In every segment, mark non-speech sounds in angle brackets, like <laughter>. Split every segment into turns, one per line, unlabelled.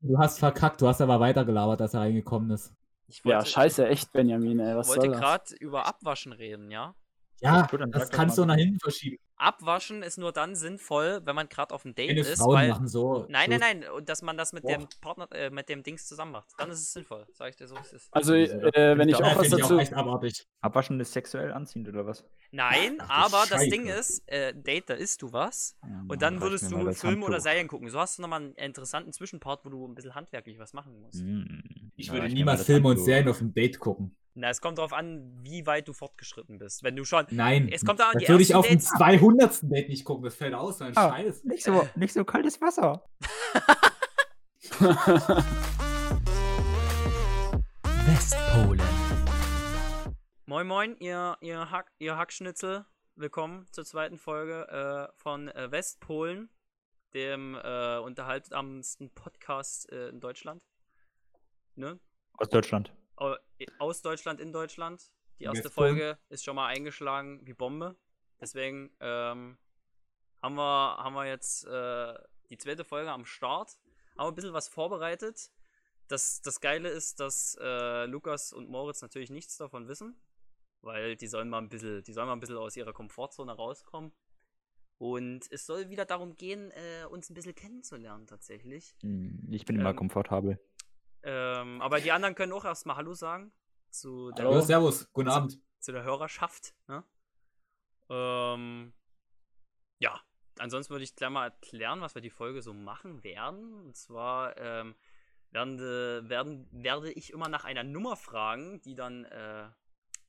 Du hast verkackt, du hast aber weitergelabert, dass er reingekommen ist.
Ich wollte,
ja, scheiße, echt, Benjamin, ey, was
ich wollte
soll das?
gerade über Abwaschen reden, ja?
Ja,
Gut, dann
das
sag doch
kannst
mal.
du nach hinten verschieben.
Abwaschen ist nur dann sinnvoll, wenn man gerade auf dem Date
Keine
ist,
Frauen
weil.
machen so.
Nein,
so
nein, nein, und dass man das mit
Boah.
dem Partner, äh, mit dem Dings zusammen macht. Dann ist es sinnvoll, sag ich dir so, wie es ist.
Also,
Wieso?
äh, wenn ich
Ja,
Ja,
auch was
finde ich
dazu.
auch echt abartig.
Abwaschen ist sexuell anziehend oder was?
Nein,
Ach du
aber das
Scheiße.
Ding ist, äh, Date, da isst du was
Ja, Mann,
und dann
reicht
würdest
mir
du
mal das
Film oder
Handtuch.
Serien gucken. So hast du nochmal einen interessanten Zwischenpart, wo du ein bisschen handwerklich was machen musst.
Hm,
Ich
da
würde
reicht mir mal
niemals
das
Filme und
Handtuch.
Serien auf dem Date gucken.
Na, es kommt darauf an, wie weit du fortgeschritten bist. Wenn du schon.
Nein.
Es kommt da an
das
die
würde ich
ersten
auf dem
Dates Oh.
200. Date nicht gucken. Das fällt aus, mein
Ah.
Scheiß.
Nicht so, nicht so kaltes Wasser.
Westpolen.
Moin Moin, ihr, ihr, Hack, ihr Hackschnitzel. Willkommen zur zweiten Folge äh, von äh, Westpolen, dem äh, unterhaltsamsten Podcast äh, in Deutschland. Ne?
Aus Deutschland.
Au- äh, Aus Deutschland in Deutschland. Die erste
Westpolen.
Folge ist schon mal eingeschlagen wie Bombe. Deswegen ähm, haben, wir, haben wir jetzt äh, die zweite Folge am Start. Haben ein bisschen was vorbereitet. Das, das Geile ist, dass äh, Lukas und Moritz natürlich nichts davon wissen. Weil die sollen mal ein bisschen, die sollen mal ein bisschen aus ihrer Komfortzone rauskommen. Und es soll wieder darum gehen, äh, uns ein bisschen kennenzulernen tatsächlich.
Hm, Ich bin immer
Ähm,
komfortabel.
Ähm, aber die anderen können auch erstmal Hallo sagen zu der,
Hallo, servus. Guten Abend.
zu der Hörerschaft. Ne? Ähm, ja, ansonsten würde ich gleich mal erklären, was wir die Folge so machen werden. Und zwar ähm, werden, de- werden, werde ich immer nach einer Nummer fragen, die dann äh,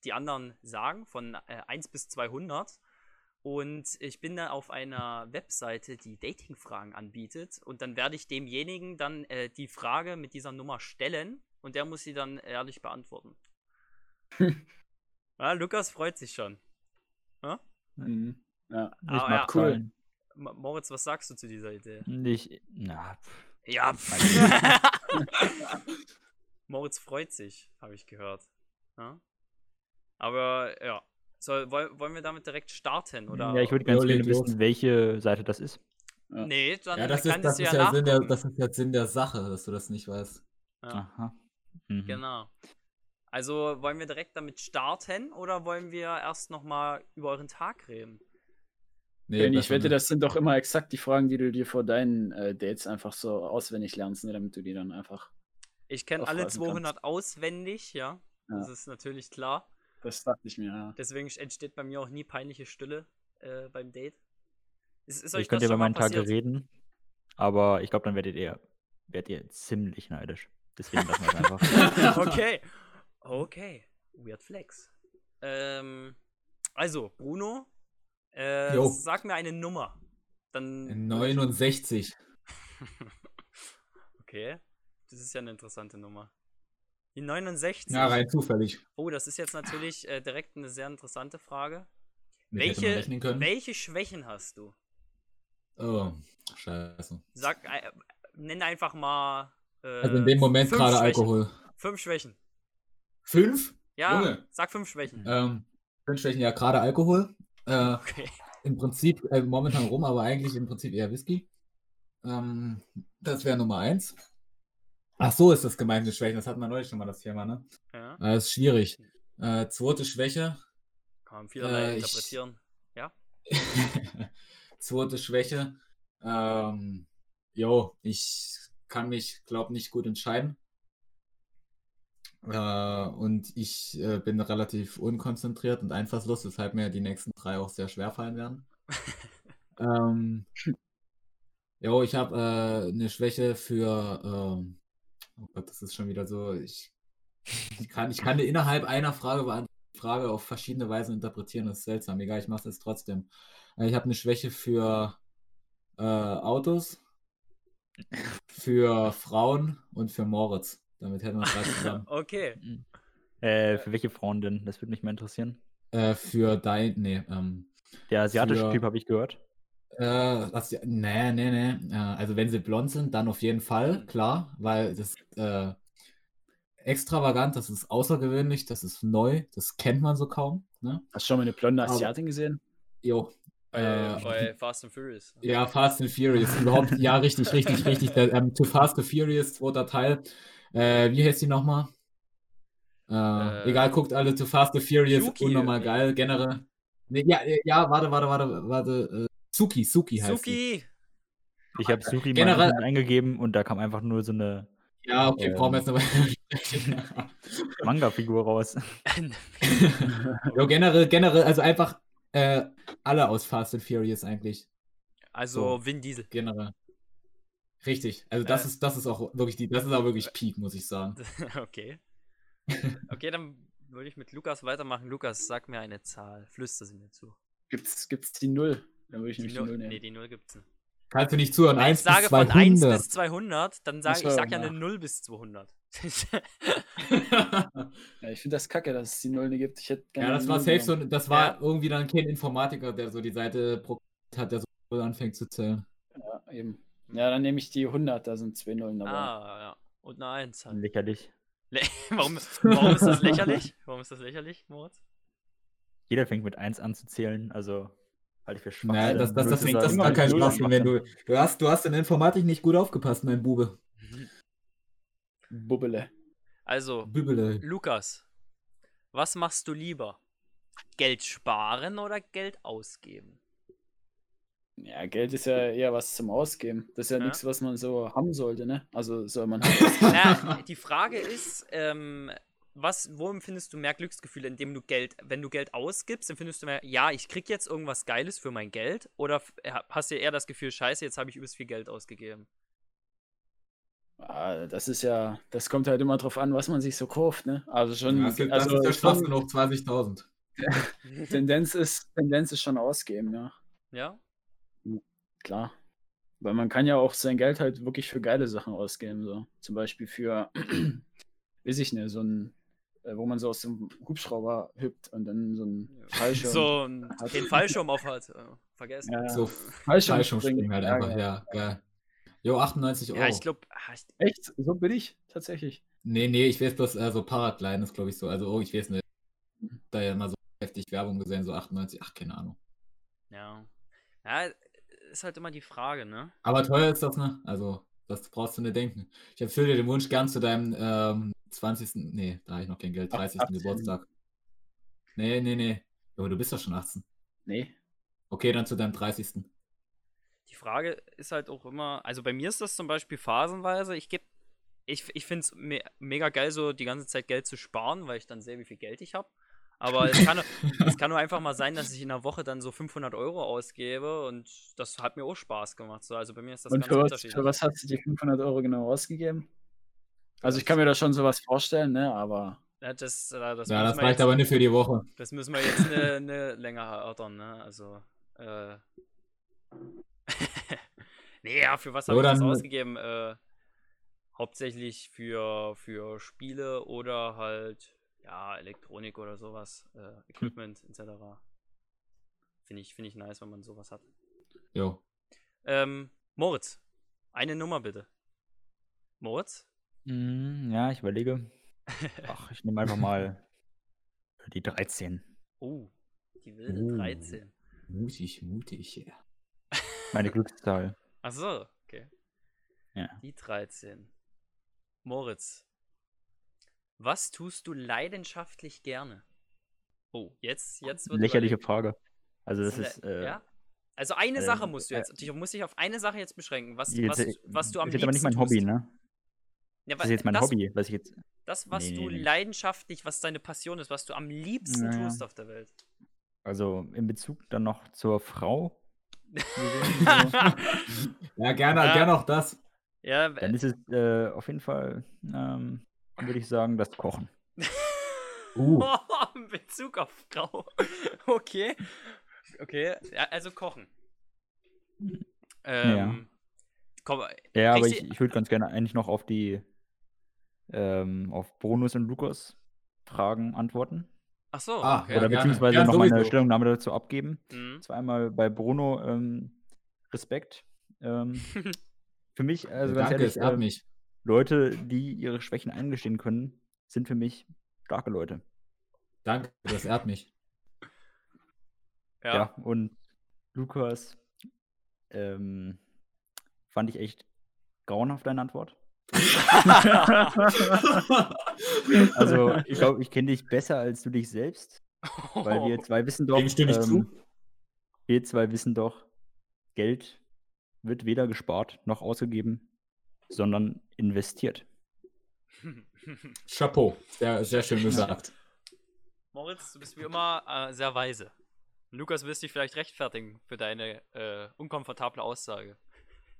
die anderen sagen, von äh, 1 bis 200. Und ich bin dann auf einer Webseite, die Dating-Fragen anbietet. Und dann werde ich demjenigen dann äh, die Frage mit dieser Nummer stellen. Und der muss sie dann ehrlich beantworten. ja, Ah, Lukas freut sich schon.
Hm, ja.
Ich
ah,
mag
ja.
cool.
Ma- Moritz, was sagst du zu dieser Idee?
Ich, na, pff,
Ja. <laughs> Moritz freut sich, habe ich gehört. Ja? Aber ja. So, woll- wollen wir damit direkt starten? Oder?
ja, ich würde ganz
Ja,
gerne
leg los.
wissen, welche Seite das ist.
Ja.
Nee, dann
Ja, das ist,
kannst
das
du
ist
ja
ja Sinn der,
nachgucken.
das ist der Sinn der Sache, dass du das nicht weißt.
ja,
Aha. Mhm.
genau. Also wollen wir direkt damit starten oder wollen wir erst nochmal über euren Tag reden?
Nee,
Benny, ich
besser
wette,
nicht.
das sind doch immer exakt die Fragen, die du dir vor deinen äh, Dates einfach so auswendig lernst, ne, damit du die dann einfach.
Ich kenne
Doch,
alle
also ganz-
200 auswendig, ja.
Ja.
Das ist natürlich klar.
Das dachte ich mir, ja.
Deswegen entsteht bei mir auch nie peinliche Stille äh, beim Date. Ist, ist euch
Ich könnte
das
über
schon mal
meinen Tag
passiert?
reden, aber ich glaube, dann werdet ihr, werdet ihr ziemlich neidisch. Deswegen lassen wir
<laughs>
es einfach.
okay. Okay. Weird Flex. Ähm, also, Bruno, äh,
Jo.
sag mir eine Nummer. Dann.
69.
<laughs> Okay. Das ist ja eine interessante Nummer. Die 69.
Ja, rein zufällig.
Oh, das ist jetzt natürlich äh, direkt eine sehr interessante Frage.
Mit hätte man
Welche-
rechnen können.
Welche Schwächen hast du?
Oh, scheiße.
Sag, äh, nenn einfach mal. Äh,
Also in dem Moment
fünf
gerade
Schwächen.
Alkohol.
Fünf Schwächen.
Fünf?
Ja,
Junge.
sag fünf Schwächen.
Ähm, fünf Schwächen, ja, gerade Alkohol. Äh,
Okay.
Im Prinzip äh, momentan rum, aber eigentlich im Prinzip eher Whisky. Ähm, das wäre Nummer eins. Ach so, ist das gemeinte Schwächen. Das hatten wir neulich schon mal das Thema, ne?
Ja.
Äh, ist schwierig. Äh, zweite Schwäche. <laughs>
Kann man vielerlei
Äh, ich- <laughs>
interpretieren.
zweite Schwäche. Ähm, jo, ich kann mich, glaube nicht gut entscheiden. Äh, und ich äh, bin relativ unkonzentriert und einfallslos, weshalb mir die nächsten drei auch sehr schwer fallen werden. ähm, jo, ich habe äh, eine Schwäche für. ähm, oh Gott, das ist schon wieder so. Ich, ich, kann, ich kann innerhalb einer Frage beant- Frage auf verschiedene Weisen interpretieren. Das ist seltsam. Egal, ich mache es jetzt trotzdem. Äh, Ich habe eine Schwäche für äh, Autos, für Frauen und für Moritz. Damit hätten wir drei zusammen.
Okay.
äh, für welche Frauen denn? Das würde mich mal interessieren.
äh, für dein. Nee, ähm.
Der asiatische
Für-
Typ habe ich gehört.
Äh, was, die- nee, nee, nee. Äh, also wenn sie blond sind, dann auf jeden Fall,
Mhm.
klar, weil das äh, extravagant, das ist außergewöhnlich, das ist neu, das kennt man so kaum. Ne?
Hast du schon mal eine blonde
Aber-
Asiatin gesehen?
Jo.
Bei,
Äh,
bei Fast and Furious.
Ja, Fast and Furious, überhaupt. Ja, richtig, richtig, richtig. Der, ähm, Too Fast and Furious, zweiter Teil. Äh, wie heißt die nochmal? Äh,
Äh,
egal, guckt alle Too Fast and Furious,
Suki,
unnormal
nee.
geil, generell. Nee, ja, äh, ja, warte, warte, warte, warte. Äh, Suki, Suki heißt sie.
Suki!
Ich habe Suki mal
Generell-
unten eingegeben und da kam einfach nur so eine
Ja, okay, brauchen wir jetzt <laughs> nochmal.
Manga-Figur raus. <laughs>
Ähm.
ja, generell, generell, also einfach äh, alle aus Fast and Furious eigentlich,
<laughs> Also Vin Diesel. <laughs>
generell. Richtig, also das
Äh.
ist, das ist auch wirklich die, das ist auch wirklich Peak, muss ich sagen.
okay. Okay, dann würde ich mit Lukas weitermachen. Lukas, sag mir eine Zahl. Flüster sie mir zu.
Gibt's, gibt's die Null? Dann würde ich
Die
nämlich die
Null,
Null
nee,
nehmen.
die Null gibt's nicht.
Kannst du nicht zuhören,
Wenn ich
1 bis
sage von 1
200.
bis 200, dann sage
Ach
ich,
so,
sag ja
ja.
eine 0 bis <laughs>
<laughs>
200.
Ja, ich finde das kacke, dass es die Null nicht gibt. Ich hätte gerne
ja, das
die
war
Null
safe so,
genommen.
das war
Ja.
irgendwie dann kein Informatiker, der so die Seite programmiert hat, der so anfängt zu zählen.
Ja, eben. Ja, dann nehme ich die 100, da sind zwei Nullen dabei.
Hm. ah, ja. Und eine 1
<laughs>
halt.
Lächerlich.
Le- Warum, warum ist das lächerlich? Warum ist das lächerlich, Moritz?
Jeder fängt mit 1 an zu zählen, also halte ich für schwach.
Naja, das, das, das, das, das macht
Immer
keinen
null
Spaß, wenn du, du hast, du hast in Informatik nicht gut aufgepasst, mein Bube.
Bubbele.
Also,
Bübele.
<laughs> Lukas, was machst du lieber? Geld sparen oder Geld ausgeben?
Ja, Geld ist ja eher was zum Ausgeben. Das ist ja,
Ja.
nichts, was man so haben sollte, ne? Also soll man haben.
Na,
<laughs>
die Frage ist, ähm, was, wo empfindest du mehr Glücksgefühle, indem du Geld, wenn du Geld ausgibst, empfindest du mehr, ja, ich krieg jetzt irgendwas Geiles für mein Geld? Oder f- äh, ha- hast du eher das Gefühl, scheiße, jetzt habe ich übelst viel Geld ausgegeben?
Ah, das ist ja, das kommt halt immer drauf an, was man sich so kauft, ne? Also schon,
Das ist, das
also
ist der Spaß
schon
noch 20.000.
Tendenz ist, Tendenz ist schon ausgeben, ja.
Ja?
Klar. Weil man kann ja auch sein Geld halt wirklich für geile Sachen ausgeben. So. Zum Beispiel für, <clears throat> weiß ich nicht, so ein, äh, wo man so aus dem Hubschrauber hüpft und dann so ein Fallschirm.
So, ein- den Fallschirm auf hat. äh, Vergessen.
Ja, ja.
So
Fallschirm
Fallschirmspringen halt
Ja, genau.
einfach, ja, geil. Jo, 98 Euro.
Ja, ich glaube,
Echt? So billig? Tatsächlich.
Nee, nee, ich weiß bloß, äh, so Paragliden ist, glaube ich, so. Also, oh, ich weiß nicht. Da ja mal so heftig Werbung gesehen, so 98, ach, keine Ahnung.
ja. Ja, ist halt immer die Frage, ne?
Aber teuer ist das, ne? Also, das brauchst du nicht denken. Ich erfülle dir den Wunsch gern zu deinem ähm, 20. Nee, da habe ich noch kein Geld.
Ach,
30.
18.
Geburtstag. Nee, nee, nee. Aber du bist doch schon 18.
Nee.
Okay, dann zu deinem 30.
Die Frage ist halt auch immer, also bei mir ist das zum Beispiel phasenweise, ich gebe, ich, ich finde es me mega geil, so die ganze Zeit Geld zu sparen, weil ich dann sehe, wie viel Geld ich habe. Aber es kann, <laughs> es kann nur einfach mal sein, dass ich in der Woche dann so 500 Euro ausgebe und das hat mir auch Spaß gemacht. So, also bei mir ist das
und
ganz
für was,
unterschiedlich.
für was hast du die 500 Euro genau ausgegeben? Also ich kann mir da schon sowas vorstellen,
<laughs>
ne? Aber
Ja, das, äh, das,
ja, das
müssen wir
reicht
jetzt,
aber nicht für die Woche.
das müssen wir
<laughs>
jetzt ne, ne länger erörtern, ne? Also, äh. <laughs> nee, ja, für was
So,
habe ich das
dann-
ausgegeben? Äh, hauptsächlich für, für Spiele oder halt, ja, Elektronik oder sowas, äh, Equipment etc. Finde ich, find ich nice, wenn man sowas hat.
Jo.
Ähm, Moritz, eine Nummer bitte. Moritz?
Mm, Ja, ich überlege. Ach, ich nehme einfach mal die 13.
Oh, die wilde
Oh.
13.
Mutig, mutig, ja.
Meine
<laughs>
Glückszahl.
Ach so, okay.
Ja.
Die 13. Moritz, was tust du leidenschaftlich gerne? Oh, jetzt, jetzt wird
Lächerliche
überlegt.
Frage. Also das
Le-
ist. Äh,
ja? Also eine
äh,
Sache musst du
äh,
jetzt, du musst dich auf eine Sache jetzt beschränken, was,
jetzt,
was,
äh,
was du am
ist jetzt aber nicht
liebsten
mein Hobby,
tust.
ne?
Ja,
Das
wa-
ist jetzt mein
das,
Hobby, was ich jetzt.
Das, was
Nee,
du
nee, nee.
leidenschaftlich, was deine Passion ist, was du am liebsten
Naja.
tust auf der
<laughs>
Welt. <laughs>
Also in Bezug dann noch zur Frau.
Ja, gerne,
Ja.
gerne auch das.
<laughs>
ja,
Dann ist es äh, auf jeden Fall, ähm, würde ich sagen, das Kochen.
Uh.
<laughs> Oh, in Bezug auf Frau. <laughs> Okay. Okay. Ja, also kochen. Ähm, Komm,
Ja, aber
Kriegst
ich,
du-
ich würde ganz gerne eigentlich noch auf die ähm, auf Bonus und Lukas Fragen antworten.
ach so.
Ah,
okay.
Ja,
Oder
gerne.
beziehungsweise
Ja,
noch meine
sowieso.
Stellungnahme dazu abgeben.
Mhm.
Zweimal bei Bruno ähm, Respekt.
<laughs>
Ähm, für mich, also ganz
Danke, es
ehrlich,
ehrt
ähm,
mich.
Leute, die ihre Schwächen eingestehen können, sind für mich starke Leute.
Danke, das ehrt mich.
ja.
Ja. und Lukas, ähm, fand ich echt grauenhaft
<laughs>
deine Antwort. Also, ich glaube, ich kenne dich besser als du dich selbst, weil
Oh.
wir zwei wissen doch. ähm,
Dem stimme
ähm,
ich zu.
Wir zwei wissen doch, Geld wird weder gespart noch ausgegeben, sondern investiert.
Chapeau. Sehr, sehr schön gesagt.
<laughs> Moritz, du bist wie immer äh, sehr weise. Lukas, willst dich vielleicht rechtfertigen für deine äh, unkomfortable Aussage.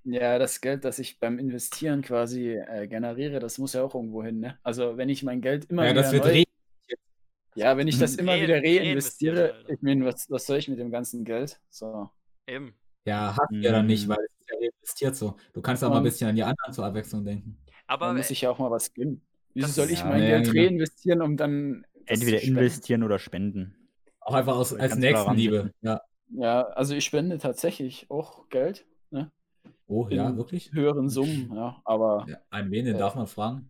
Ja, das Geld, das ich beim Investieren quasi äh, generiere, das muss ja auch irgendwo hin, ne? Also wenn ich mein Geld immer
Ja,
wieder
das wird
neu-
re
ja, wenn ich
<laughs>
das immer
Re- halt.
wieder reinvestiere,
reinvestiert, Alter.
ich meine, was, was soll ich mit dem ganzen Geld? So.
Eben.
Ja, hast du ja dann nicht,
Mm.
weil es ist ja reinvestiert so. Du kannst auch mal ein
Mhm. Und-
bisschen an die anderen zur Abwechslung denken.
Aber
Da muss ich ja auch mal was gönnen. Wieso
Das-
soll ich
Ja,
mein
ja,
Geld
genau.
reinvestieren, um dann das
Entweder
zu spenden?
investieren oder spenden.
Auch einfach aus,
Ganz
als
klar
Nächstenliebe. Ja.
Ja, also ich spende tatsächlich auch Geld, ne?
Oh,
In
ja, wirklich?
höheren Summen, ja, aber
Ja, an wen denn
Äh,
darf man
<laughs>
fragen?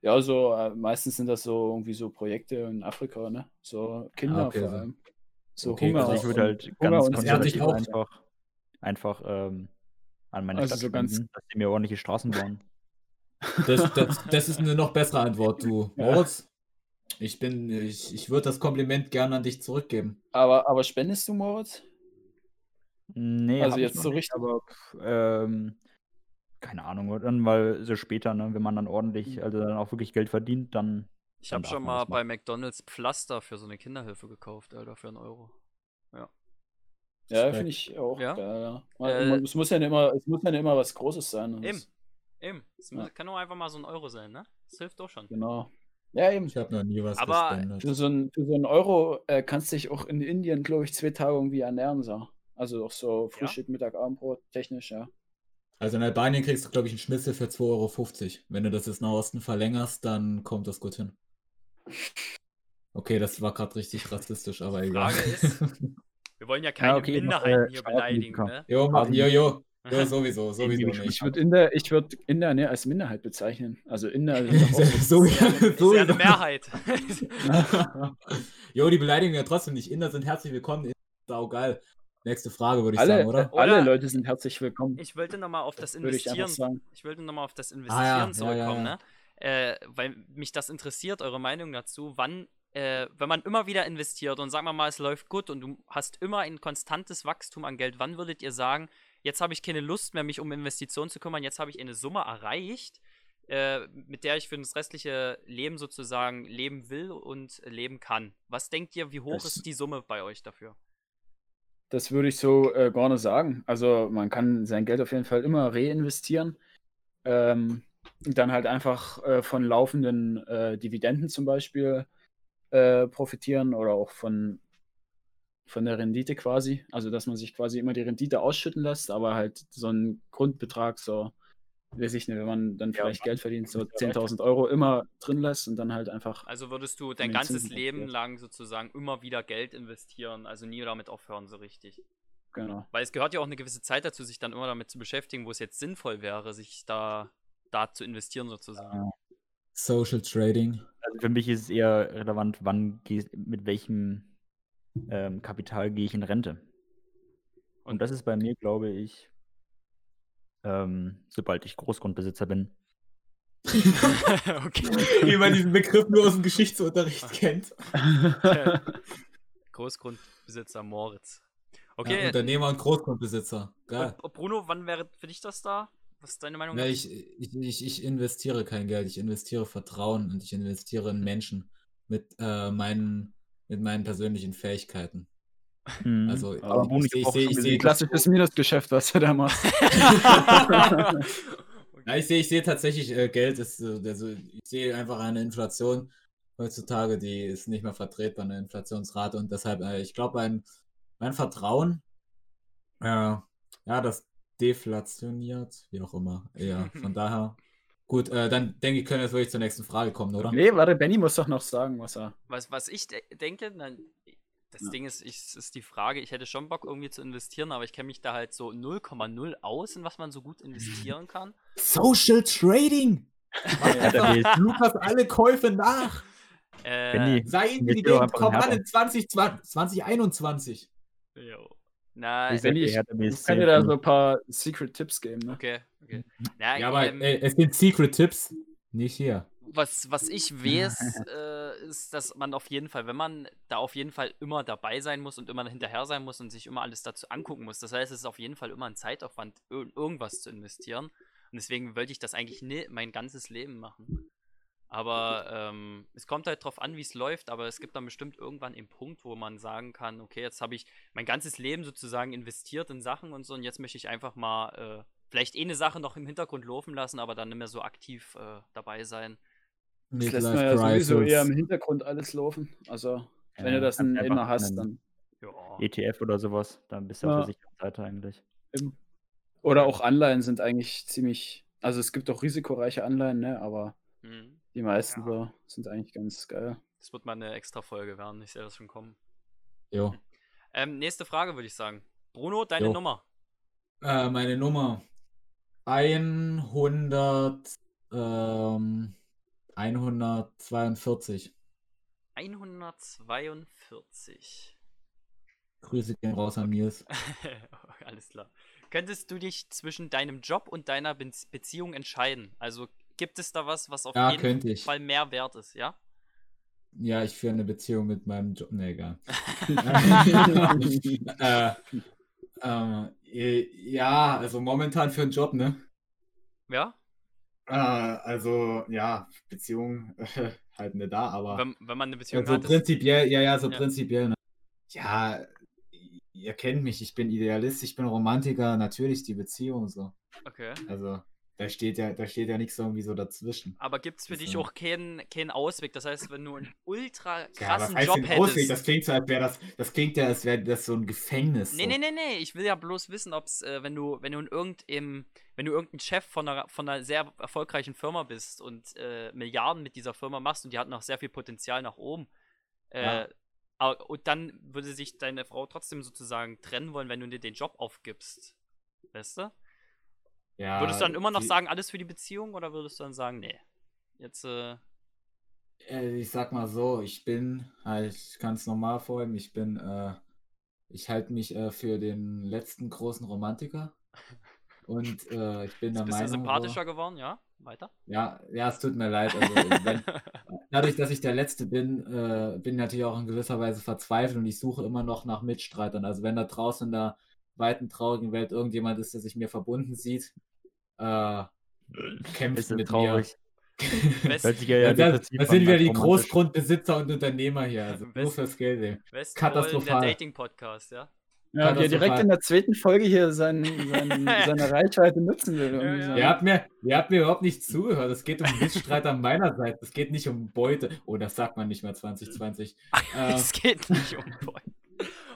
ja, so äh, meistens sind das so irgendwie so Projekte in Afrika, ne? So Kinder
Ah,
okay,
vor
so-
allem. So
okay,
Hunger.
also
ich würde
und-
halt
Hunger
ganz
und
Das hatte ich
konservativ
auch.
einfach, einfach ähm, an meine
Also
Stadt
so ganz-
spenden, dass die mir ordentliche Straßen bauen.
Das, das, das ist eine noch bessere Antwort, du.
Ja.
Moritz, ich bin, ich, ich würde das Kompliment gerne an dich zurückgeben.
aber, aber spendest du, Moritz?
Hm, Nee,
Also
hab
jetzt
ich noch
so
nicht,
richtig-
aber pf, ähm, keine Ahnung, dann mal so später, ne, wenn man dann
Hm.
ordentlich, also dann auch wirklich Geld verdient, dann
Ich
Dann
habe
darf
schon
man
mal
das
bei McDonalds Pflaster für so eine Kinderhilfe gekauft, Alter, für einen Euro.
Ja,
Respekt.
finde ich auch
Ja.
geil, ja. Man,
Äh,
man, es muss ja nicht immer, es muss ja nicht immer was Großes sein. und
Eben.
es-
Eben. Es mu- kann doch einfach mal so ein Euro sein, ne? Das hilft doch schon.
Genau. Ja, eben.
Ich habe noch nie was
Aber-
gespendet.
Für so, ein, für so einen Euro äh, kannst du dich auch in Indien, glaube ich, zwei Tage irgendwie ernähren, so. Also auch so Frühstück, Mittag, Abendbrot, technisch, ja.
Also in Albanien kriegst du, glaube ich, einen Schnitzel für 2,50 Euro. Wenn du das jetzt nach Osten verlängerst, dann kommt das gut hin. Okay, das war gerade richtig rassistisch, aber egal.
Frage ist- Wir wollen ja keine
okay, ich mach,
Minderheiten
äh,
hier
Staaten-
beleidigen,
Komm.
ne?
<laughs> jo, Mann, jo, jo, jo,
<laughs>
sowieso, sowieso
Irgendwie
nicht.
Ich würde Inder, ich würde Inder ne, als Minderheit bezeichnen. Also Inder <laughs> ist doch auch-
<laughs> so,
Ist ja eine
sowieso.
Mehrheit. <laughs>
<laughs> jo, die beleidigen ja trotzdem nicht. Inder sind herzlich willkommen. Sau geil. Nächste Frage, würde ich
alle,
sagen, oder?
alle
äh, Oder-
Leute sind herzlich willkommen.
ich wollte nochmal auf das
würde ich einfach
Investieren
sagen.
ich wollte nochmal auf das Investieren
Ah, ja, ja,
zurückkommen,
ja.
ne? Äh, weil mich das interessiert, eure Meinung dazu, wann, äh, wenn man immer wieder investiert und sagen wir mal, es läuft gut und du hast immer ein konstantes Wachstum an Geld, wann würdet ihr sagen, jetzt habe ich keine Lust mehr, mich um Investitionen zu kümmern, jetzt habe ich eine Summe erreicht, äh, mit der ich für das restliche Leben sozusagen leben will und leben kann. Was denkt ihr, wie hoch
Das-
ist die Summe bei euch dafür?
Das würde ich so äh, gar nicht sagen. Also man kann sein Geld auf jeden Fall immer reinvestieren. Ähm, dann halt einfach äh, von laufenden äh, Dividenden zum Beispiel äh, profitieren oder auch von, von der Rendite quasi. Also dass man sich quasi immer die Rendite ausschütten lässt, aber halt so einen Grundbetrag, so weiß ich nicht, wenn man dann
Ja,
vielleicht Geld verdient, so
Ja, weiter.
10.000 Euro immer drin lässt und dann halt einfach.
Also würdest du dein
den
ganzes
Zinsen
Leben
erklärt.
lang sozusagen immer wieder Geld investieren, also nie damit aufhören, so richtig?
<laughs> Genau.
Weil es gehört ja auch eine gewisse Zeit dazu, sich dann immer damit zu beschäftigen, wo es jetzt sinnvoll wäre, sich da, da zu investieren sozusagen.
Social Trading.
Also für mich ist es eher relevant, wann gehst, mit welchem ähm, Kapital gehe ich in Rente. Und
<laughs>
das ist bei mir, glaube ich, ähm, sobald ich Großgrundbesitzer bin.
okay.
Wie man diesen Begriff nur aus dem
Ah.
Geschichtsunterricht kennt.
Großgrundbesitzer Moritz.
Ja,
Okay,
Unternehmer und Großgrundbesitzer. Geil.
und, und Bruno, wann wäre für dich das da? Was ist deine Meinung?
Na,
dazu? <laughs>
ich, Ne, <laughs> ich, ich, ich investiere kein Geld, ich investiere Vertrauen und ich investiere in Menschen mit, äh, meinen, mit meinen persönlichen Fähigkeiten.
Mhm.
Also
Aber
ich-
Bruno,
ich,
ich
ich
hab auch
sehe,
schon
ich
gesehen,
sehe,
Ein klassisches Minusgeschäft, was du da machst.
Na, ich sehe, ich sehe tatsächlich, äh, Geld ist, äh, also ich sehe einfach eine Inflation heutzutage, die ist nicht mehr vertretbar, eine Inflationsrate und deshalb, äh, ich glaube, ein, mein Vertrauen, äh, ja, das deflationiert, wie auch immer. Ja, von daher. Gut, äh, dann denke ich, können wir jetzt wirklich zur nächsten Frage kommen, oder?
Nee, warte, Benny muss doch noch sagen, was er.
Was, was ich de denke, nein, das
Ja.
Ding ist, ich, es ist die Frage, ich hätte schon Bock irgendwie zu investieren, aber ich kenne mich da halt so 0,0 aus, in was man so gut investieren kann.
Social Trading!
<laughs> Ja, da will ich-
Lukas alle Käufe nach!
Äh,
Benni,
Sei
Investier
intelligent,
doch einfach in
komm an
Hertha.
in 2020, 2021.
Äh, jo. Na,
Ich
Wenn
sag,
ich-
er hat mir
Ich kann dir
sehr
da
viel-
so ein paar Secret Tipps geben. Ne?
okay, okay. Na,
Ja, aber
ähm,
äh, es sind Secret Tipps, nicht hier.
was, was ich weiß, äh, ist, dass man auf jeden Fall, wenn man da auf jeden Fall immer dabei sein muss und immer hinterher sein muss und sich immer alles dazu angucken muss. Das heißt, es ist auf jeden Fall immer ein Zeitaufwand, ir- irgendwas zu investieren. Und deswegen wollte ich das eigentlich nie mein ganzes Leben machen. Aber ähm, es kommt halt drauf an, wie es läuft, aber es gibt dann bestimmt irgendwann den Punkt, wo man sagen kann, okay, jetzt habe ich mein ganzes Leben sozusagen investiert in Sachen und so und jetzt möchte ich einfach mal äh, vielleicht eh eine Sache noch im Hintergrund laufen lassen, aber dann nicht mehr so aktiv äh, dabei sein.
Das lässt man ja sowieso eher im Hintergrund alles laufen. Also, wenn
Ja,
du das
dann
in,
einfach
immer hast,
einen-
dann.
Ja.
ETF E oder sowas, dann bist du
Ja.
auf der sicheren Seite eigentlich.
Eben. Oder auch Anleihen sind eigentlich ziemlich. Also, es gibt auch risikoreiche Anleihen, ne? aber
Hm.
die meisten
Ja.
so sind eigentlich ganz geil.
Das wird mal eine extra Folge werden, ich sehe das schon kommen.
Jo.
Ähm, nächste Frage würde ich sagen. Bruno, deine
Jo.
Nummer.
Äh, meine Nummer 100, ähm, 142.
142.
Grüße gehen raus an Nils.
<laughs> Alles klar. Könntest du dich zwischen deinem Job und deiner Be Beziehung entscheiden? Also gibt es da was, was auf
Ja,
jeden
könnte ich.
Fall mehr wert ist, ja?
Ja, ich führe eine Beziehung mit meinem Job. Nee,
<laughs>
egal. <laughs> äh, ähm, äh, ja, also momentan für einen Job, ne?
Ja?
Äh, also, ja, Beziehung <laughs> halt nicht da, aber.
Wenn, wenn man eine Beziehung
Also
hat. Ist,
prinzipiell, ja, ja, so
Ja.
prinzipiell. Ne? Ja, ihr kennt mich, ich bin Idealist, ich bin Romantiker, natürlich die Beziehung so.
okay.
Also, da steht ja, da steht ja nichts irgendwie so dazwischen.
Aber gibt es für
Ist,
dich
äh,
auch keinen, keinen Ausweg? Das heißt, wenn du einen ultra
Ja, was
krassen
heißt
Job
denn Ausweg? Das klingt
hättest.
so, als wäre das, das klingt ja, als wäre das so ein Gefängnis.
Nee,
so.
nee, nee, nee. Ich will ja bloß wissen, ob es, äh, wenn du, wenn du in irgendeinem, wenn du irgendein Chef von einer, von einer sehr erfolgreichen Firma bist und äh, Milliarden mit dieser Firma machst und die hat noch sehr viel Potenzial nach oben. Äh,
Ja.
au- Und dann würde sich deine Frau trotzdem sozusagen trennen wollen, wenn du dir den Job aufgibst. Weißt du?
Ja,
würdest du dann immer noch
die-
sagen, alles für die Beziehung oder würdest du dann sagen, nee? Jetzt, äh,
Äh, ich sag mal so, ich bin, äh, ich kann es normal vorhin, ich bin, äh, ich halte mich äh, für den letzten großen Romantiker. Und äh, ich bin
jetzt
der
bist du
Meinung. wo-
sympathischer geworden, ja? Weiter?
Ja, ja, es tut mir leid. Also,
<laughs>
wenn, dadurch, dass ich der Letzte bin, äh, bin ich natürlich auch in gewisser Weise verzweifelt und ich suche immer noch nach Mitstreitern. Also wenn da draußen in der weiten, traurigen Welt irgendjemand ist, der sich mir verbunden sieht, äh, kämpft
Ist das
mit
traurig?
mir.
West-
Hört sich ja
Ja, das,
depressiv
das
an,
sind wieder
als
die
romantisch.
Großgrundbesitzer und Unternehmer hier. Also nur
West-
fürs Geld. ey.
Westfalen, äh, der
Katastrophal.
Dating-Podcast, ja?
Ja, der direkt
Katastrophal.
in der zweiten Folge hier seinen, <laughs> seinen, seine Reichweite nutzen will. irgendwie
Ja,
so.
ja.
Ihr habt, mir, ihr habt mir überhaupt nicht zugehört. Es geht um Mitstreiter meinerseits. Es geht nicht um Beute. Oh, das sagt man nicht mehr 2020. Äh,
es geht nicht
<laughs>
um Boy.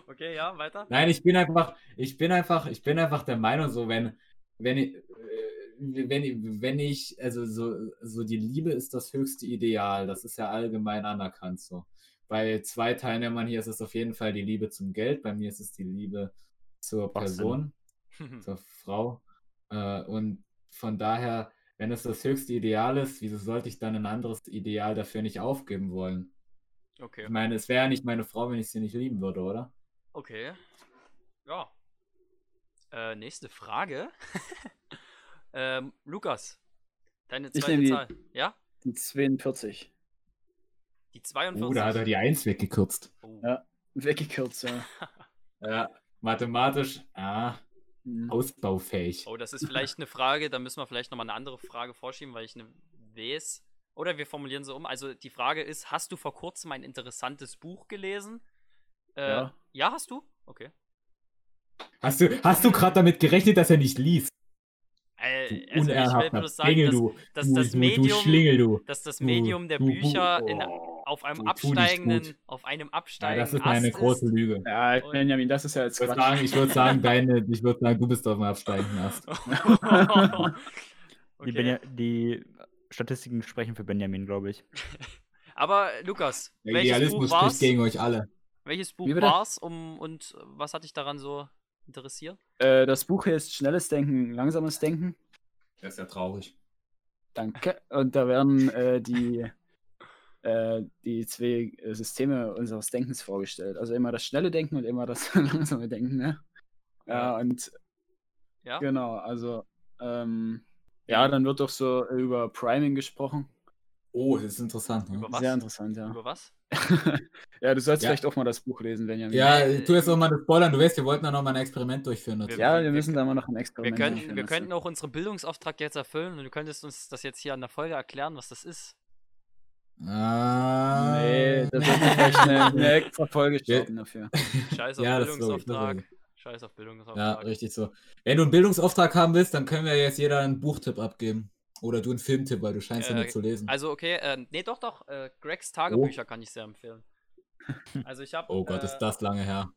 Okay, ja, weiter.
Nein, ich bin einfach, ich bin einfach, ich bin einfach der Meinung, so wenn, wenn, ich- äh, wenn, ich- wenn ich, also so, so die Liebe ist das höchste Ideal. Das ist ja allgemein anerkannt so. Bei zwei Teilnehmern hier ist es auf jeden Fall die Liebe zum Geld. Bei mir ist es die Liebe zur
Schwachsinn.
Person,
Hm.
zur Frau. Äh, und von daher, wenn es das höchste Ideal ist, wieso sollte ich dann ein anderes Ideal dafür nicht aufgeben wollen?
<laughs> Okay,
Ich meine, es wäre ja nicht meine Frau, wenn ich sie nicht lieben würde, oder?
okay. Ja. Äh, nächste Frage. <laughs> ähm, Lukas, deine
Ich
zweite
nehm die-
Zahl. Ja?
Die 42.
Die 42.
Oh, da hat er die Eins weggekürzt.
Oh.
Ja. Weggekürzt, ja.
Ja, mathematisch, ja,
Mhm.
ausbaufähig.
oh, das ist vielleicht eine Frage, da müssen wir vielleicht nochmal eine andere Frage vorschieben, weil ich eine weiß. Oder wir formulieren so um. Also die Frage ist, hast du vor kurzem ein interessantes Buch gelesen? Äh,
Ja.
Ja, hast du? Okay.
Hast du, hast du gerade damit gerechnet, dass er nicht liest? Du
Äh, also ich will
unerhabter
bloß sagen,
Schlingel,
dass,
du.
dass
du,
das
du,
Medium-
du Schlingel, du.
dass das
Du-
Medium der
du-
Bücher
oh,
in, auf einem
du tu dich
absteigenden,
gut.
auf einem
ja,
absteigenden
das ist eine
Ast
große
ist.
Lüge.
Ja, Benjamin, das ist ja
Ich
jetzt
würde
Quatsch.
sagen, ich würd sagen, deine, ich würd sagen, du bist auf dem absteigenden <laughs>
<laughs>
Ast.
Die,
okay.
Benja die Statistiken sprechen für Benjamin, glaube ich.
Aber Lukas,
Der
welches Buch
Idealismus spricht
war's?
gegen euch alle.
Welches Buch
Wie bitte?
war's um, und was hat dich daran so interessiert?
Äh, das Buch hier ist Schnelles Denken, Langsames Denken.
Das ist ja traurig.
Danke. Und da werden äh, die, äh, die zwei äh, Systeme unseres Denkens vorgestellt. Also immer das schnelle Denken und immer das <laughs> langsame Denken. Ne? Ja, und
Ja?
genau, also ähm, ja, dann wird doch so über Priming gesprochen.
Oh, das ist interessant. Ne?
Über was?
Sehr interessant, ja.
Über was?
<laughs> ja, du sollst
Ja.
vielleicht auch mal das Buch lesen, Benjamin.
Ja, tu jetzt nochmal das Spoilern. Du weißt, wir wollten da nochmal ein Experiment durchführen. dazu.
ja wir müssen da mal noch ein
Wir,
Experiment
können,
durchführen
wir
lassen.
könnten auch unseren Bildungsauftrag jetzt erfüllen und du könntest uns das jetzt hier an der Folge erklären, was das ist.
Ah,
Nee, das wird
<laughs>
vielleicht eine, eine extra Folge
Wir-
starten dafür.
Scheiß
<laughs>
auf
Ja, das glaube ich, das
Bildungsauftrag.
glaube
Scheiß auf
ja,
Bildungsauftrag.
richtig so. Wenn du einen Bildungsauftrag haben willst, dann können wir jetzt jeder einen Buchtipp abgeben. Oder du einen Filmtipp, weil du scheinst ja
Äh,
nicht zu lesen.
also okay, äh, nee, doch, doch. Äh, Gregs Tagebücher kann ich sehr empfehlen. Also ich habe
oh Gott, ist das lange her.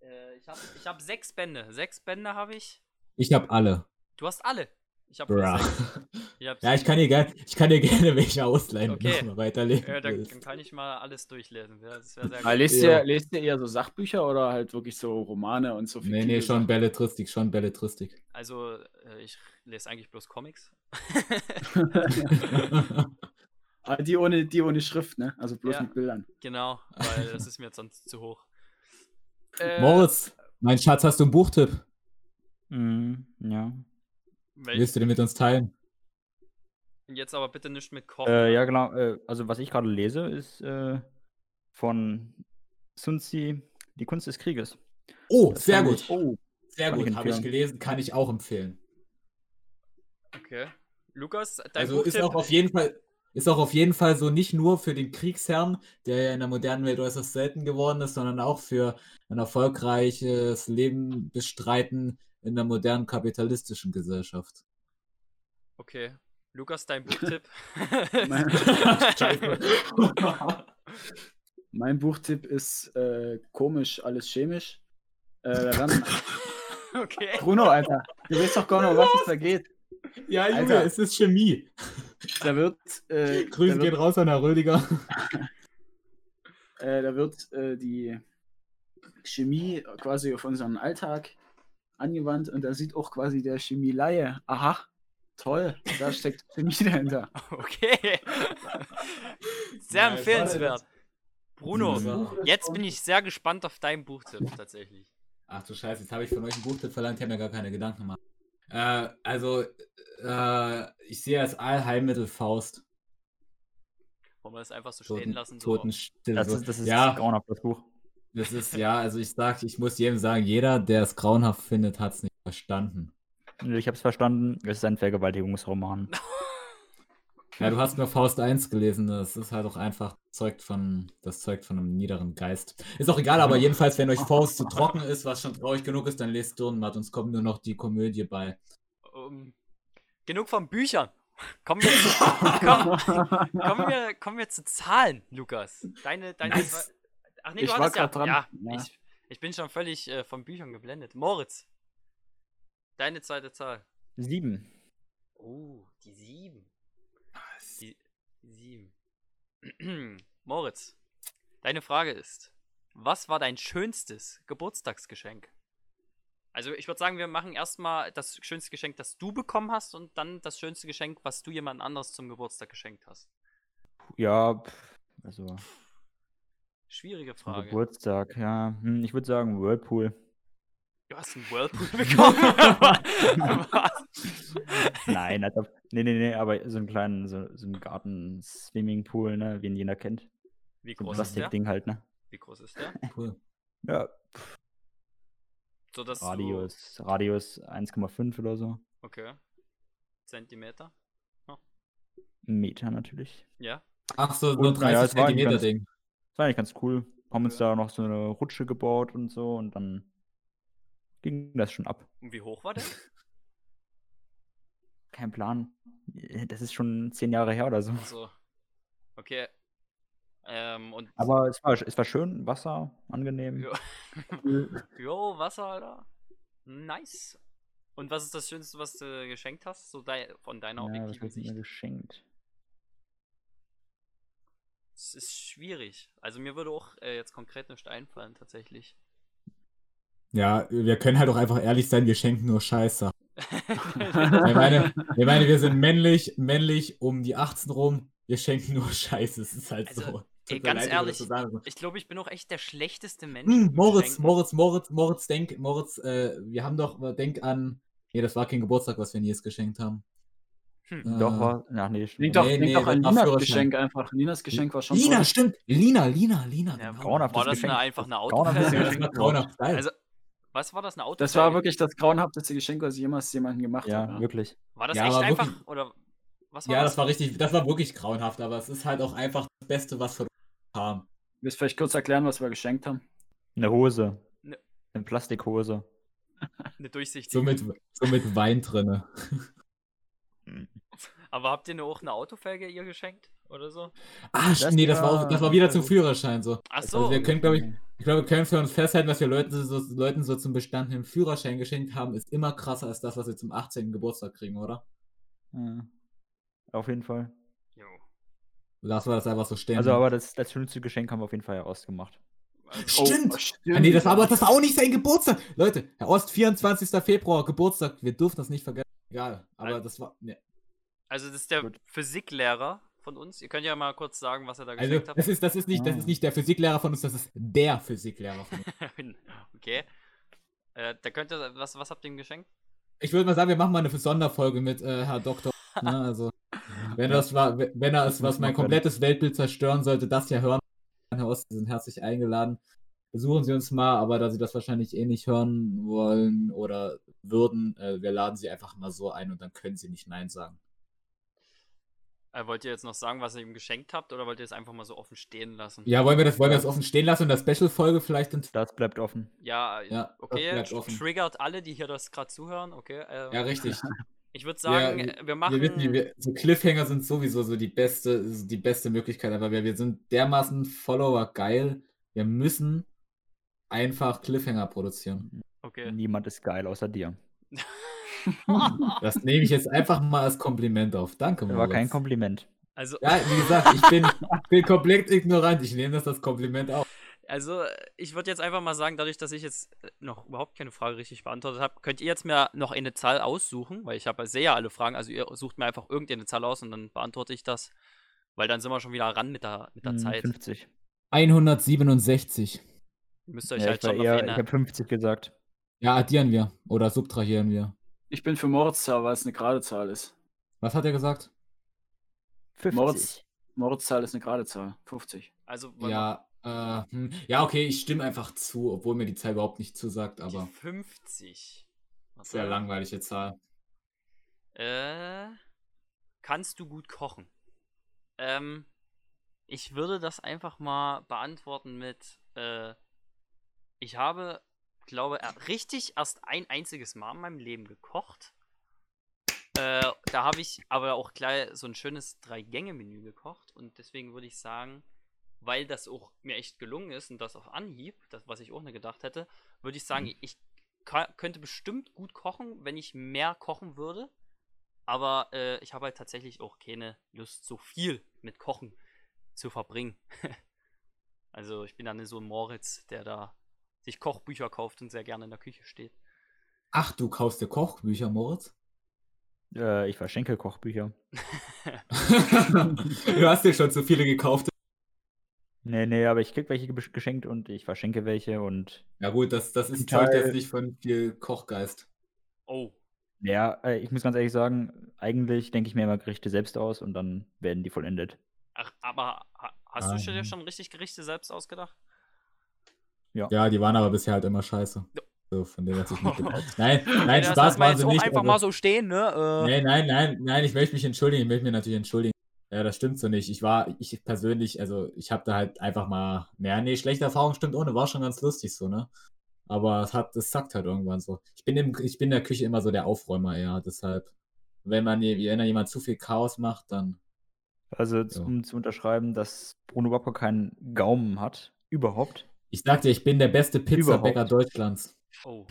Äh, ich habe ich hab sechs Bände. Sechs Bände habe ich.
Ich habe alle.
Du hast alle. Ich habe
Bruh. <laughs>
Ich hab
Ja, ich kann dir gerne, ich kann dir gerne welche ausleihen, wenn
Okay.
du mal weiterlesen
Ja, dann, dann
willst.
kann ich mal alles durchlesen. Ja, Das wäre sehr
Aber
gut.
lest,
Ja.
ihr, lest ihr eher so Sachbücher oder halt wirklich so Romane und so
Nee, nee, schon Belletristik, schon
<laughs>
Belletristik.
Also, äh, ich lese eigentlich bloß Comics. <laughs>
Ah, die, ohne, die ohne Schrift, ne? Also bloß
Ja.
mit Bildern.
genau, weil das ist mir jetzt sonst zu hoch. Äh,
Moritz, mein Schatz, hast du einen Buchtipp?
Mhm, ja.
welch,
Willst du den mit uns teilen?
jetzt aber bitte nicht mit Kochen.
Äh, ja, genau. Äh, also, was ich gerade lese, ist äh, von Sun Tzu, Die Kunst des Krieges.
Oh,
Das
sehr
fand
gut.
ich-
oh, sehr
kann
gut,
ich
habe ich
empfehlen.
gelesen, kann ich auch empfehlen.
Okay. Lukas, dein
Also
Buchtipp?
ist auch auf jeden Fall ist auch auf jeden Fall so nicht nur für den Kriegsherrn, der ja in der modernen Welt äußerst selten geworden ist, sondern auch für ein erfolgreiches Leben bestreiten in der modernen kapitalistischen Gesellschaft.
Okay. Lukas,
<laughs>
dein Buchtipp? <laughs>
Mein Buchtipp ist äh, komisch, alles chemisch. Äh,
<laughs>
da werden,
okay.
Bruno, Alter, du weißt doch gar nicht, um was es da geht.
ja, Junge,
Alter.
es ist Chemie.
Da wird, äh,
Grüße
da wird,
gehen raus an Herr Rödiger.
äh, da wird äh, die Chemie quasi auf unseren Alltag angewandt und da sieht auch quasi der Chemielaie, aha, toll, da steckt Chemie <laughs> dahinter.
Okay. Sehr
Ja, Das
empfehlenswert.
Hm.
Bruno,
war-
jetzt bin ich sehr gespannt auf deinen Buchtipp tatsächlich.
Ach du Scheiße, jetzt habe ich von euch einen Buchtipp verlangt, ich habe mir gar keine Gedanken gemacht. Äh, also, äh, ich sehe als Allheilmittel Faust.
Wollen wir das einfach so stehen
Toten,
lassen? So.
Totenstille.
Das
so.
ist, das ist
ja,
grauenhaft, das Buch.
Das ist, ja, also ich sag, ich muss jedem sagen, jeder, der es grauenhaft findet, hat es nicht verstanden.
Nö, Ich habe es verstanden. Es ist ein Vergewaltigungsroman.
Ja, du hast nur Faust 1 gelesen, das ist halt auch einfach zeugt von, das zeugt von einem niederen Geist. Ist auch egal,
Mhm.
aber jedenfalls, wenn euch Faust zu trocken ist, was schon traurig genug ist, dann lest Dürrenmatt, uns kommt nur noch die Komödie bei.
Ähm, genug von Büchern. Kommen wir, zu, komm, kommen, wir, kommen wir zu Zahlen, Lukas. Deine, deine
Nice.
zwei- Ach nee,
Ich
du
war
hattest ja.
grad dran.
Ja,
Ja.
Ich, ich bin schon völlig äh, von Büchern geblendet. Moritz, deine zweite Zahl.
Sieben.
Oh, die sieben. Die sieben. <clears throat> Moritz, deine Frage ist: Was war dein schönstes Geburtstagsgeschenk? Also, ich würde sagen, wir machen erstmal das schönste Geschenk, das du bekommen hast, und dann das schönste Geschenk, was du jemand anders zum Geburtstag geschenkt hast.
Ja, pf, also
Schwierige
zum
Frage.
Geburtstag, ja. Hm, ich würde sagen Whirlpool.
Du hast einen Whirlpool <laughs> bekommen. Was?
Nein, als ob, nee, nee, nee, aber so einen kleinen, so, so einen Garten-Swimmingpool, ne, wie ihn jeder kennt.
Wie
So ein
groß ist der?
Plastikding halt, ne.
Wie groß ist der?
Cool.
Ja,
So dass Du,
Radius, Radius 1,5 oder so.
okay. Zentimeter.
Meter natürlich.
Ja.
Ach so, so ein
Und, naja,
30
es war ein
Zentimeter
ganz-
Ding.
Das war eigentlich ganz cool. Haben uns da noch so eine Rutsche gebaut und so und dann ging das schon ab.
Und wie hoch war der?
Kein Plan. Das ist schon zehn Jahre her oder so.
So. Also, Okay. Ähm, und.
Aber es war, es war schön, Wasser, angenehm.
Jo. <laughs> jo, Wasser, Alter. Nice. Und was ist das Schönste, was du geschenkt hast? So dei von deiner
Ja, was
objektiven
wird mir
Sicht.
geschenkt?
Es ist schwierig. Also mir würde auch äh, jetzt konkret nicht einfallen,
<laughs>
tatsächlich.
Ja, wir können halt auch einfach ehrlich sein, wir schenken nur Scheiße. Ich
ja, <laughs>
meine, ich meine wir sind männlich, männlich um die 18 rum, wir schenken nur Scheiße, es ist halt
Also,
so.
Ey,
tut mir
ganz
leid,
ehrlich,
ich sagen. muss.
Ich glaube, ich bin auch echt der schlechteste Mensch. um
Hm,
im
Moritz,
Beschränken.
Moritz, Moritz, Moritz, denk, Moritz, äh, wir haben doch, äh, denk an. Nee, das war kein Geburtstag, was wir Nils geschenkt haben.
Hm.
Äh,
Doch, war. Ach nee,
Denk
stimmt.
doch,
Nee,
denk
nee,
doch an
das war
Linas
Führerschein.
Geschenk einfach. Linas Geschenk war schon.
Lina,
voll-
stimmt! Lina, Lina, Lina.
Ja,
genau.
grauenhaftes
War das
Geschenk.
eine, einfach eine Auto?
Grauenhaftes
Ja, das
Geschenk.
war grauenhaft geil.
<laughs> Also, was war das, eine Auto?
Das war wirklich das grauenhafteste Geschenk, was ich jemals jemandem gemacht habe.
Ja,
ja.
wirklich.
War das
Ja,
echt
aber
einfach?
wirklich-
Oder was war
ja,
das?
das war richtig, das war wirklich grauenhaft, aber es ist halt auch einfach das Beste, was von uns kam.
Willst du vielleicht kurz erklären, was wir geschenkt haben?
Eine Hose.
Ne.
Eine Plastikhose.
Eine durchsichtige.
So mit, so mit Wein drinne.
Aber habt ihr nur auch eine Autofelge ihr geschenkt? Oder so?
Ah,
Das
nee, das war,
war- also
auch, das war wieder zum Führerschein so.
Ach
Also
so.
wir können, glaube ich, ich glaube, wir können für uns festhalten, was wir Leuten so, Leuten so zum bestandenen Führerschein geschenkt haben, ist immer krasser als das, was wir zum 18. Geburtstag kriegen, oder?
Ja. Auf jeden Fall.
Jo.
Lass wir das einfach so stehen.
Also, aber das, das schönste Geschenk haben wir auf jeden Fall herausgemacht.
Also,
Stimmt!
Oh,
Ah,
stimmt.
nee, das war aber das war auch nicht sein Geburtstag. Leute, Herr Ost, 24. Februar, Geburtstag. Wir dürfen das nicht vergessen. Egal. Aber
Also-
das war. Ne.
also das ist der
Gut.
Physiklehrer von uns. Ihr könnt ja mal kurz sagen, was er da
Also,
geschenkt
das
<laughs>
ist, das, ist nicht, das ist
Ah.
nicht der Physiklehrer von uns, das ist der Physiklehrer von uns.
hat. okay. Äh, da könnt ihr, was, was habt ihr ihm geschenkt?
Ich würde mal sagen, wir machen mal eine Sonderfolge mit äh, Herr Doktor. Ne? Also, wenn, das war, wenn er es, was mein komplettes Weltbild zerstören sollte, das ja hören, Herr Ost, Sie sind herzlich eingeladen. Besuchen Sie uns mal, aber da Sie das wahrscheinlich eh nicht hören wollen oder würden, äh, wir laden Sie einfach mal so ein und dann können Sie nicht Nein sagen.
Äh, wollt ihr jetzt noch sagen, was ihr ihm geschenkt habt? Oder wollt ihr es einfach mal so offen stehen lassen?
Ja, wollen wir das, wollen wir das offen stehen lassen und der Special-Folge vielleicht? ent-
Das bleibt offen.
Ja, äh,
Ja, das
okay.
bleibt offen.
Triggert alle, die hier das gerade zuhören. Okay. Äh,
Ja, richtig.
Ich würde
Ja,
sagen,
wir-
äh, wir machen.
Wir wissen, wir, so Cliffhanger sind sowieso so die beste, ist die beste Möglichkeit, aber wir, wir sind dermaßen Follower geil. Wir müssen einfach Cliffhanger produzieren.
okay.
Niemand ist geil außer dir.
Das nehme ich jetzt einfach mal als Kompliment auf. Danke,
Das war kein
Moritz.
Kompliment.
Also,
Ja, wie gesagt, ich bin, ich bin komplett ignorant. Ich nehme das als Kompliment auf.
also äh, ich würde jetzt einfach mal sagen, dadurch, dass ich jetzt äh, noch überhaupt keine Frage richtig beantwortet habe, könnt ihr jetzt mir noch eine Zahl aussuchen, weil ich habe sehe ja alle Fragen. Also ihr sucht mir einfach irgendeine Zahl aus und dann beantworte ich das, weil dann sind wir schon wieder ran mit der, mit der
Hm,
Zeit.
50.
167.
Ihr müsst euch
Ja,
halt
ich war
schon auf
eher, ich
eine,
habe 50 gesagt.
Ja, addieren wir oder subtrahieren wir.
Ich bin für Mordzahl, weil es eine gerade Zahl ist.
Was hat er gesagt?
50.
Moritz. Mordzahl ist eine gerade Zahl. 50.
also wollen wir
Ja, äh, hm. ja, okay, ich stimme einfach zu, obwohl mir die Zahl überhaupt nicht zusagt,
die
aber
50. Was
sehr
soll-
langweilige Zahl.
Äh, kannst du gut kochen? Ähm, ich würde das einfach mal beantworten mit, äh, ich habe, glaube er- richtig erst ein einziges Mal in meinem Leben gekocht. Äh, da habe ich aber auch gleich so ein schönes Drei-Gänge-Menü gekocht und deswegen würde ich sagen, weil das auch mir echt gelungen ist und das auf Anhieb, das was ich auch nicht gedacht hätte, würde ich sagen, ich ka- könnte bestimmt gut kochen, wenn ich mehr kochen würde. Aber äh, ich habe halt tatsächlich auch keine Lust, so viel mit Kochen zu verbringen. <laughs> also ich bin dann so ein Moritz, der da sich Kochbücher kauft und sehr gerne in der Küche steht.
Ach, du kaufst dir Kochbücher, Moritz? <laughs>
Äh, ich verschenke Kochbücher.
du hast dir schon zu viele gekauft.
Nee, nee, aber ich krieg welche gebesch- geschenkt und ich verschenke welche und
Ja gut, das, das
Zum
ist, zeugt
Teil.
jetzt nicht von viel Kochgeist.
Oh,
ja, äh, ich muss ganz ehrlich sagen, eigentlich denke ich mir immer Gerichte selbst aus und dann werden die vollendet.
ach, aber ha hast du schon, dir
Ähm.
schon richtig Gerichte selbst ausgedacht?
Ja, die waren aber bisher halt immer scheiße. So, von dem hat sich <laughs> nicht gedacht. Nein, nein,
das
Spaß
man
war
jetzt
sie
auch
nicht. also
einfach
aber-
mal so stehen, ne? Äh,
Nein, nein, nein, nein, ich möchte mich entschuldigen, ich möchte mich natürlich entschuldigen. Ja, das stimmt so nicht. Ich war, ich persönlich, also ich habe da halt einfach mal, naja, nee, schlechte Erfahrung stimmt ohne, war schon ganz lustig so, ne? Aber es hat, es sackt halt irgendwann so. Ich bin im, ich bin in der Küche immer so der Aufräumer, ja, deshalb. Wenn man, wenn da jemand zu viel Chaos macht, dann
Also z-
Ja.
um zu unterschreiben, dass Bruno überhaupt gar keinen Gaumen hat. Überhaupt.
Ich sag dir, ich bin der beste Pizzabäcker
Überhaupt.
Deutschlands.
Oh,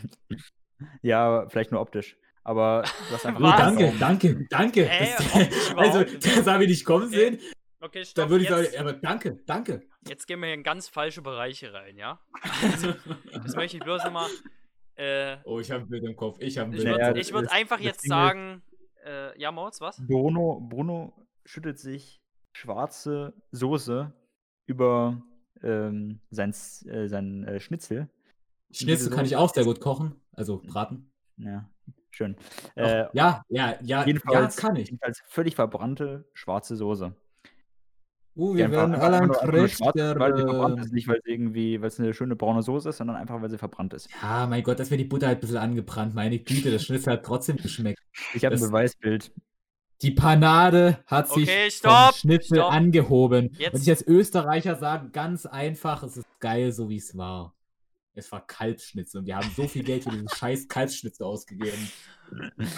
Ja, vielleicht nur optisch. Aber du hast
<laughs>
einfach
Oh,
Was?
keinen
danke,
Gaumen.
danke, danke. <laughs>
Ey,
<laughs> das, also,
überhaupt nicht.
das habe ich nicht kommen sehen.
okay,
Da
stopp.
würde ich
Jetzt,
sagen, aber danke, danke.
jetzt gehen wir hier in ganz falsche Bereiche
<laughs>
rein, ja? Also, das möchte ich bloß nochmal. Äh,
Oh, ich habe ein Bild im Kopf. Ich habe ein
ich
Bild
Naja,
im Kopf.
würde
das
ich würd
ist-
einfach
das
jetzt
Ding halt ist-
sagen, äh, ja, Moritz, was?
Bruno, Bruno schüttet sich schwarze Soße über ähm, sein, S- äh, sein äh, Schnitzel.
Schnitzel kann ich auch sehr gut kochen, also braten.
Ja, schön.
Doch,
Äh,
ja, ja, ja, ja,
jedenfalls,
kann ich.
jedenfalls völlig verbrannte schwarze Soße.
Uh,
Die
wir
einfach-
werden äh,
einfach
alle
nur-
ein
einfach nur
Krieg
schwarz ist, weil sie verbrannt
der,
ist. Nicht, weil es irgendwie, weil es eine schöne braune Soße ist, sondern einfach, weil sie verbrannt ist.
Ja, mein Gott, dass mir die Butter halt ein bisschen angebrannt. Meine Güte, das Schnitzel hat trotzdem geschmeckt.
Ich habe ein
Das- <laughs>
Beweisbild.
Die Panade hat sich
Okay,
vom
stopp,
Schnitzel
stopp.
angehoben.
Jetzt-
Und ich als Österreicher sage, ganz einfach, es ist geil, so wie es war. Es war Kalbschnitzel und wir haben so viel Geld
<laughs>
für diesen scheiß Kalbschnitzel ausgegeben.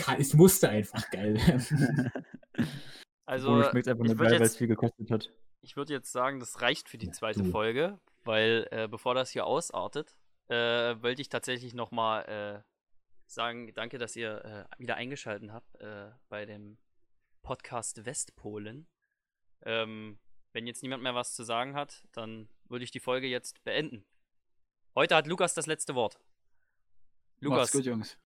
Ka- Es musste einfach geil werden.
Also,
Ohne schmeckt einfach
ich
nur
würd
geil, weil es
jetzt-
viel gekostet hat.
ich würde jetzt sagen, das reicht für die zweite
du.
Folge, weil äh, bevor das hier ausartet, äh, wollte ich tatsächlich nochmal äh, sagen, danke, dass ihr äh, wieder eingeschaltet habt äh, bei dem Podcast Westpolen. Ähm, wenn jetzt niemand mehr was zu sagen hat, dann würde ich die Folge jetzt beenden. Heute hat Lukas das letzte Wort.
Macht's
Lukas,
gut, Jungs.